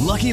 Lucky